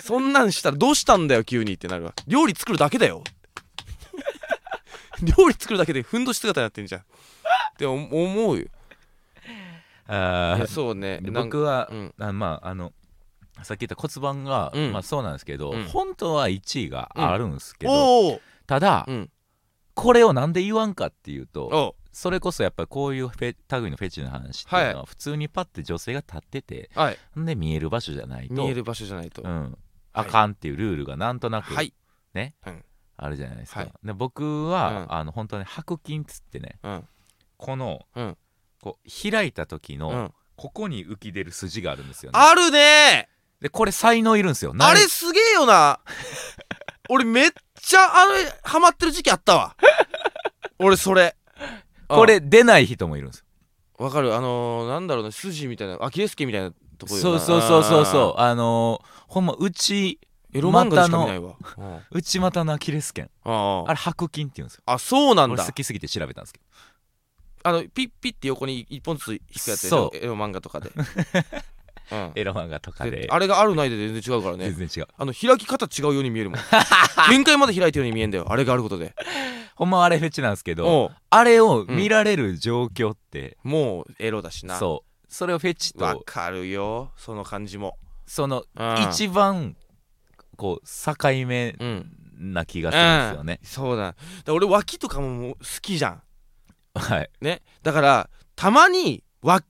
S2: そんなんしたらどうしたんだよ急にってなるわ料理作るだけ
S1: [LAUGHS]
S2: だよ料理作るだけでふんどし姿になってんじゃんって思思うよ
S1: あ
S2: いや
S1: ー
S2: そうね
S1: で
S2: なんか
S1: 僕は、
S2: うん
S1: あまああのさっき言った骨盤が、
S2: うん
S1: まあ、そうなんですけど、
S2: うん
S1: 本当は1位があるんですけど、
S2: おー
S1: ただ、
S2: うん
S1: これをなんで言わんかっていうと、
S2: お
S1: それこそやっぱりこういうフェ類のフェチの話っていうのは普通にパッて女性が立ってて
S2: うはい
S1: んで見える場所じゃないと
S2: 見える場所じゃないと、
S1: うん、あかんっていうルールがなんとなく
S2: はい
S1: あるじゃないですか、
S2: はい
S1: で僕は、
S2: う
S1: あの本当に白筋っつってね
S2: うん
S1: この、
S2: うん
S1: こう開いた時の、
S2: うん
S1: ここに浮き出る筋があるんですよね
S2: あるね
S1: でこれ才能いるんですよ
S2: あれ
S1: なん
S2: すげえよ
S1: [LAUGHS]
S2: な俺めっちゃあれハマってる時期あったわ俺それ
S1: [LAUGHS] これ出ない人もいるんですよ
S2: あわかるあのー、なんだろうな筋みたいなアキレス腱みたいなとこよ
S1: そう
S2: な
S1: そうそうそうそううあのーほんま内
S2: エロ漫画でしか見ないわ、うん
S1: 内股のアキレス腱
S2: あ
S1: あ
S2: あ
S1: れ白筋って言うんですよ
S2: あそうなん
S1: 俺
S2: だ
S1: 好きすぎて調べたんですけど
S2: あのピッピッて横に一本ずつ引くや
S1: そ
S2: つそううエロ漫画と
S1: [LAUGHS]
S2: かで、うん
S1: エロ漫画とかで
S2: であれがあるないで全然違うからね
S1: 全然違う
S2: あの開き方違うように見え [LAUGHS] るもん限界まで開いたように見えんだよあれがあることで
S1: ほんまはあれフェチなんですけど
S2: おう
S1: あれを見られる状況って、
S2: もうエロだしな
S1: そうそれをフェチ
S2: わ
S1: と
S2: かるよその感じも、
S1: その
S2: うん
S1: 一番こう境目
S2: うん
S1: な気がするんですよね、
S2: そうだだ俺脇とかももう好きじゃん
S1: はい
S2: ねだからたまにわ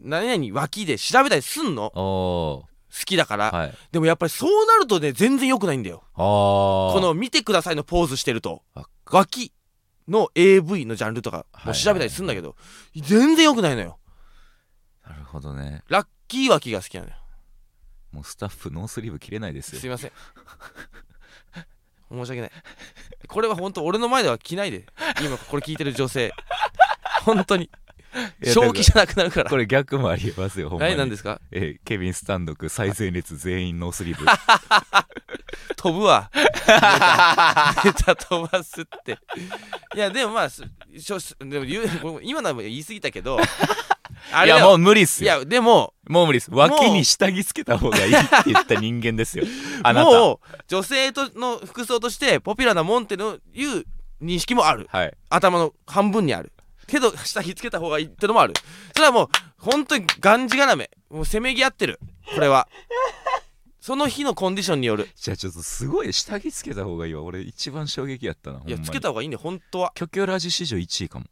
S2: 何々脇で調べたりすんの
S1: おお
S2: 好きだから、
S1: ーはい
S2: でもやっぱりそうなるとね全然良くないんだよ
S1: あこ
S2: この「見てください」のポーズしてると
S1: わか
S2: 脇の AV のジャンルとかもう調べたりすんだけど、全然良くないのよ
S1: なるほどね
S2: ラッキー脇が好きなのよ
S1: もうスタッフノースリーブ切れないですよ
S2: すいません申し訳ないこれは本当俺の前では着ないで今これ聞いてる女性本当に
S1: いや
S2: 正気じゃなくなるか
S1: だから
S2: ら
S1: これ逆もありえますよほんま
S2: 何なん
S1: に、
S2: ですか
S1: えーケビン・スタンドク最前列全員ノースリーブ
S2: 飛ぶわネタ飛ばすっていやでもまあすしょすでも言うもう今のはもう言い過ぎたけど [LAUGHS] あ
S1: い
S2: れだ
S1: や
S2: よ
S1: もう無理っす
S2: い
S1: よ
S2: やでも
S1: もう無理っす脇に下着つけた方がいいって言った人間ですよあなた
S2: もう女性との服装としてポピュラーなもんってのいう認識もある
S1: はい
S2: 頭の半分にあるけど下着つけた方がいいってのもあるそれはもう本当にがんじがらめもうせめぎ合ってるこれはその日のコンディションによる
S1: じゃあちょっとすごい下着つけた方がいいわ俺一番衝撃やったないほん
S2: や
S1: まに
S2: つけた方がいいんだよ本当は
S1: キョキョラジ史上1位かも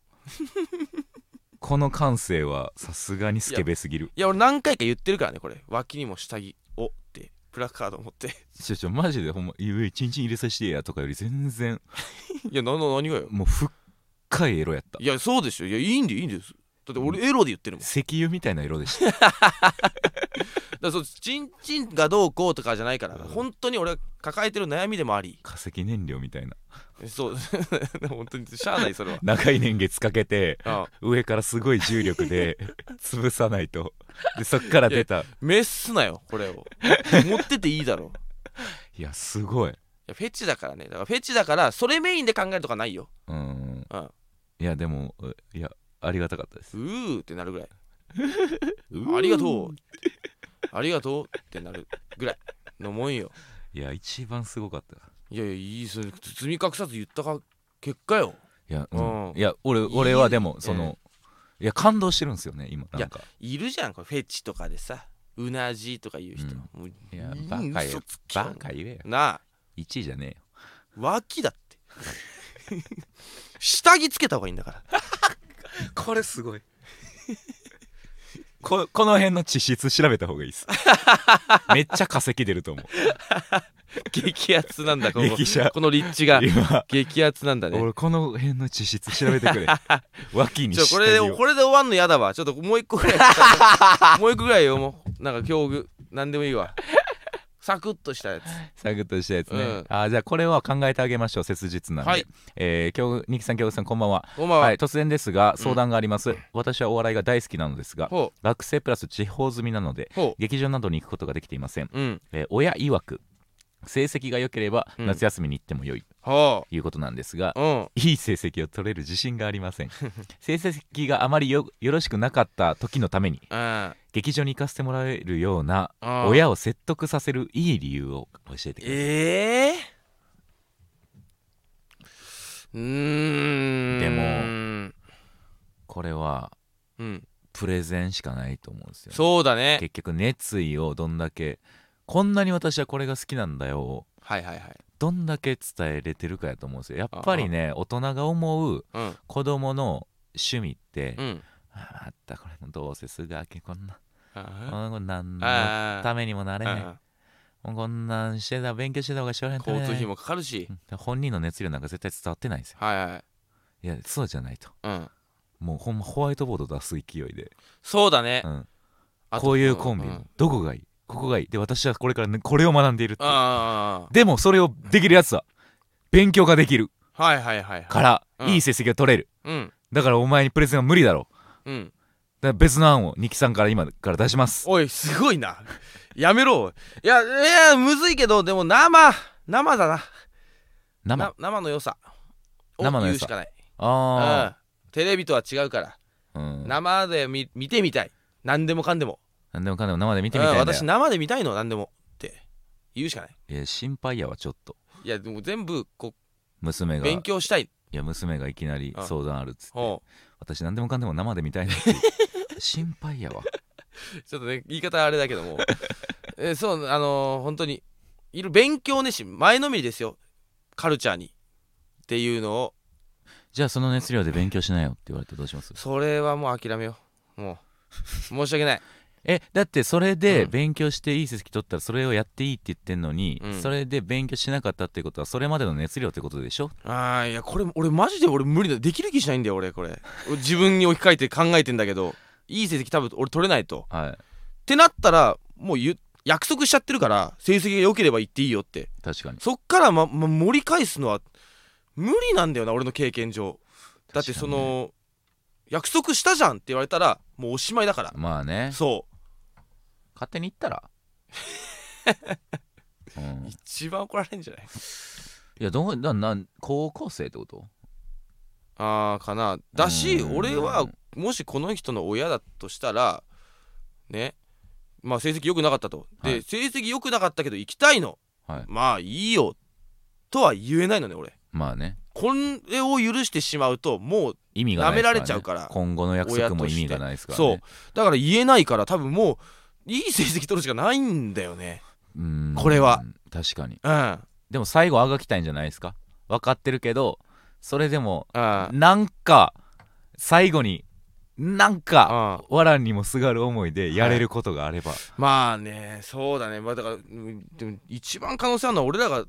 S1: [LAUGHS] この感性はさすがにスケベすぎる
S2: いや俺何回か言ってるからねこれ脇にも下着をってプラカード持って [LAUGHS]
S1: ちょちょマジでほんま「いやチンチン入れさせてや」とかより全然
S2: いやなな何がよ
S1: もう深いエロやった
S2: いやそうでしょいやいいんだよいいんですだって俺エロで言ってるもん
S1: 石油みたいな色でした
S2: だからそうチンチンがどうこうとかじゃないから本当に俺が抱えてる悩みでもあり
S1: 化石燃料みたいな
S2: そう [LAUGHS] 本当にしゃあないそ [LAUGHS] れは
S1: 長い年月かけて
S2: ああ
S1: 上からすごい重力 [LAUGHS] で潰さないとでそっから出たい
S2: メスなよこ
S1: [LAUGHS]
S2: れを持ってていいだろい
S1: やすごい
S2: やフェチだからねだからフェチだからそれメインで考えるとかないよ
S1: うん
S2: あ
S1: いやでもいやありがたかったです
S2: うーって
S1: [LAUGHS]
S2: なるぐらいありがとうありがとうってなるぐらいのもんよ
S1: ういや一番すごかった
S2: いやいやいいそれ包み隠さず言ったか結果よ
S1: いや、うん
S2: うん
S1: いや俺俺はでもその、
S2: う
S1: いや感動してるんですよね今なんか
S2: いるじゃんこれフェチとかでさうなじとか言う人、
S1: うん
S2: もう
S1: いや
S2: うん
S1: バカ
S2: 嘘
S1: よ
S2: つき
S1: バカ言えよ
S2: なあ
S1: 1位じゃねえよ
S2: 脇だって
S1: [LAUGHS]
S2: 下着つけた方がいいんだから
S1: これすごいここの辺の地質調べた方がい
S2: [LAUGHS]
S1: いですめっちゃ化石出ると思う
S2: 激アツなんだこの
S1: 激写
S2: この立地が
S1: 今
S2: 激アツなんだね
S1: 俺この辺の地質調べてく
S2: [LAUGHS]
S1: れ脇に
S2: ちょ
S1: 下
S2: これ
S1: 着
S2: で
S1: を
S2: これで終わんのやだわちょっともう一個ぐらい [LAUGHS] もう一個ぐらいよもうなんか境遇なんでもいいわサクッとしたやつ
S1: サクッとしたやつね、
S2: うん
S1: あーじゃあこれは考えてあげましょう切実なんで、
S2: はい
S1: えー、京二木さん京極さんこんばんは
S2: お前は、
S1: はい、突然ですが相談があります、私はお笑いが大好きなのですが
S2: ほ
S1: 学生プラス地方済みなので
S2: うほ
S1: 劇場などに行くことができていません、
S2: ううん
S1: えー親曰く成績が良ければ
S2: うん
S1: 夏休みに行っても良い
S2: ほ
S1: ということなんですが、
S2: ううん
S1: いい成績を取れる自信があり
S2: [LAUGHS]
S1: ません成績があまりよよろしくなかった時のために
S2: うん
S1: 劇場に行かせてもらえるような
S2: うん
S1: 親を説得させるいい理由を教えてください
S2: ええうーん
S1: でもこれは
S2: うん
S1: ププレゼンしかないと思うんですよね、
S2: そうだね
S1: 結局熱意をどんだけこんなに私はこれが好きなんだよを
S2: はいはいはい
S1: どんだけ伝えれてるかやと思うんですよやっぱりね大人が思う
S2: うん
S1: 子供の趣味って、
S2: うん
S1: あまたこれもどうせすぐ飽きこんな
S2: あ
S1: あこれ何
S2: ー
S1: の
S2: あ
S1: ためにもなれへん
S2: ー
S1: もうこんなんしてた勉強してた方がしょうがない
S2: 交通費もかかるし
S1: うん本人の熱量なんか絶対伝わってないんですよ
S2: はいはい
S1: いやそうじゃないと
S2: うん
S1: もうほんまホワイトボード出す勢いで、
S2: そうだね
S1: うん、
S2: あと
S1: こういうコンビ
S2: うんう
S1: の
S2: ん
S1: どこがいいここがいいで私はこれからねこれを学んでいるっていう
S2: あ
S1: でもそれをできるやつは勉強ができる
S2: ーはいはいはいはい
S1: から
S2: うん
S1: いい成績が取れる
S2: うん
S1: だからお前にプレゼンは無理だろ
S2: うん
S1: だから別の案をニキさんから今から出します
S2: おいすごいなやめろおいいやいやむずいけどでも生生だな
S1: 生
S2: な生の良さを
S1: 生の良さ
S2: 言うしかないうん
S1: あ
S2: テレビとは違うから
S1: あうん
S2: 生で見見てみたい何でもかんでも
S1: 何でもかんでも生で見てみた
S2: うん
S1: いんだよ
S2: 私生で見たいの何でもって言うしかない
S1: いや心配やわちょっと
S2: いやでも全部こ
S1: 娘
S2: う
S1: が
S2: 勉
S1: い
S2: 強したい
S1: や娘がいきなり
S2: うん
S1: 相談あるっつって
S2: ほう
S1: 私何でもかんでも生で見たいねんっていう [LAUGHS] 心配やわ
S2: ちょっとね言い方あれだけども [LAUGHS] えそうあのー本当にいる勉強ねし前のめりですよカルチャーにっていうのを
S1: じゃあその熱量で勉強しなよって言われてどうします
S2: それはもう諦めようもう申し訳ない
S1: えだってそれで
S2: うん
S1: 勉強していい成績取ったらそれをやっていいって言ってんのに、
S2: うん
S1: それで勉強しなかったってことはそれまでの熱量ってことでしょ
S2: あーいやこれ俺マジで俺無理だできる気しないんだよ俺これ俺自分に置き換えて考えてんだけどいい成績多分俺取れないと
S1: は
S2: ってなったらもう言う約束しちゃってるから成績が良ければ言っていいよって
S1: い確かに
S2: そっから、まま、盛り返すのは無理なんだよな俺の経験上だってそ
S1: 確かにね
S2: の約束したじゃんって言われたらもうおしまいだから
S1: まあね
S2: そ
S1: 勝手に言った [LAUGHS] らう
S2: うん
S1: い
S2: 一番怒られんじゃない
S1: やどうななん高校生ってこと
S2: あーかなだし
S1: うん
S2: 俺はもしこの人の親だとしたらねまあ成績良くなかったとで、
S1: はい
S2: 成績良くなかったけど行きたいの
S1: はい
S2: まあいいよとは言えないのね俺
S1: まあね
S2: これを許してしまうともう
S1: 意味がないです
S2: 舐められちゃうから
S1: 今後の約束も意味がないですから、ね、
S2: そうだから言えないから多分もういい成績取るしかないんだよね
S1: うーん
S2: これは
S1: 確かに
S2: うんうん
S1: でも最後あがきたいんじゃないですか分かってるけどそれでも
S2: あ
S1: なんか最後になんか
S2: あ
S1: わらにもすがる思いでやれることがあれば、
S2: まあねそうだねまあだからうんでも一番可能性あるのは俺らが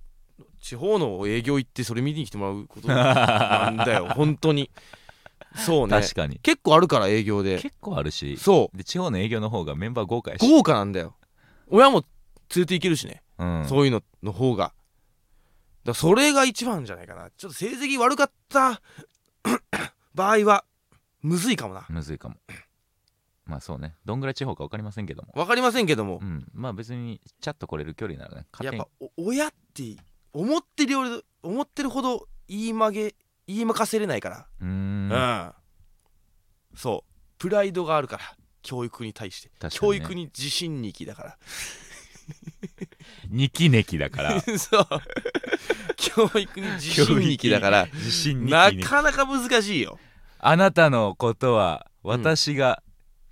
S2: 地方の営業行ってそれ見に来てもらうことなん
S1: [LAUGHS]
S2: だよ本当にそうね
S1: 確かに
S2: 結構あるから営業で
S1: 結構あるし
S2: そう
S1: で地方の営業の方がメンバー豪華やし、
S2: 豪華なんだよ親も連れて行けるしね、
S1: うん、
S2: そういうのの方がだからそれが一番じゃないかなちょっと成績悪かった [COUGHS] 場合はむずいかもな
S1: むずいかもまあそうねどんぐらい地方か分かりませんけども
S2: わかりませんけども、
S1: うんまあ別にちゃっと来れる距離ならね勝
S2: やっ
S1: 手に
S2: ぱお親って思ってるより思ってるほど言い曲げ言い負かせれないから
S1: うーん
S2: うんそうプライドがあるから教育に対して、
S1: 確かにね
S2: 教育に自信にきだか
S1: ニキネキだからら
S2: [LAUGHS] そう教育に自信にきだから
S1: 自信ニ
S2: な
S1: キニキ
S2: かなか難しいよ
S1: あなたのことは
S2: ん
S1: 私が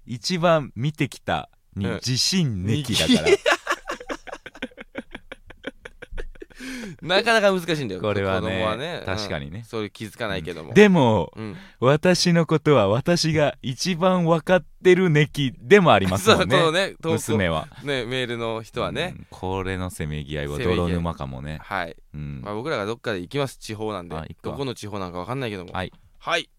S1: 一番見てきたに
S2: うん
S1: 自信ネキだから、
S2: [LAUGHS] なかなか難しいんだよ
S1: これはね
S2: 子供
S1: 確かにね
S2: うんそれ気づかないけども、
S1: でも
S2: うん
S1: 私のことは私が一番分かってるネキでもあります
S2: [LAUGHS] そう
S1: もん
S2: この
S1: ね
S2: ね投稿
S1: 娘は
S2: ねメールの人はね、
S1: うんこれのせめぎ合いは
S2: せめぎ合い
S1: 泥沼かもね、
S2: はい
S1: うん
S2: まあ、僕らがどっかで行きます地方なんで
S1: あ行くか
S2: どこの地方なんかわかんないけども
S1: はい、
S2: はい、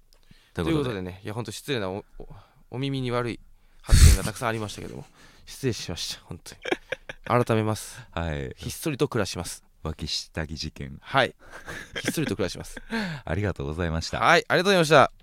S1: と
S2: と
S1: い
S2: いうう
S1: こ
S2: こと
S1: で
S2: とでねいやほんと失礼なおおお耳に悪い発言がたくさんありましたけども [LAUGHS] 失礼しました本当 [LAUGHS] に改めます
S1: はい
S2: ひっそりと暮らします
S1: 脇下着事件
S2: [LAUGHS] はいひっそりと暮らします
S1: ありがとうございました
S2: はいありがとうございました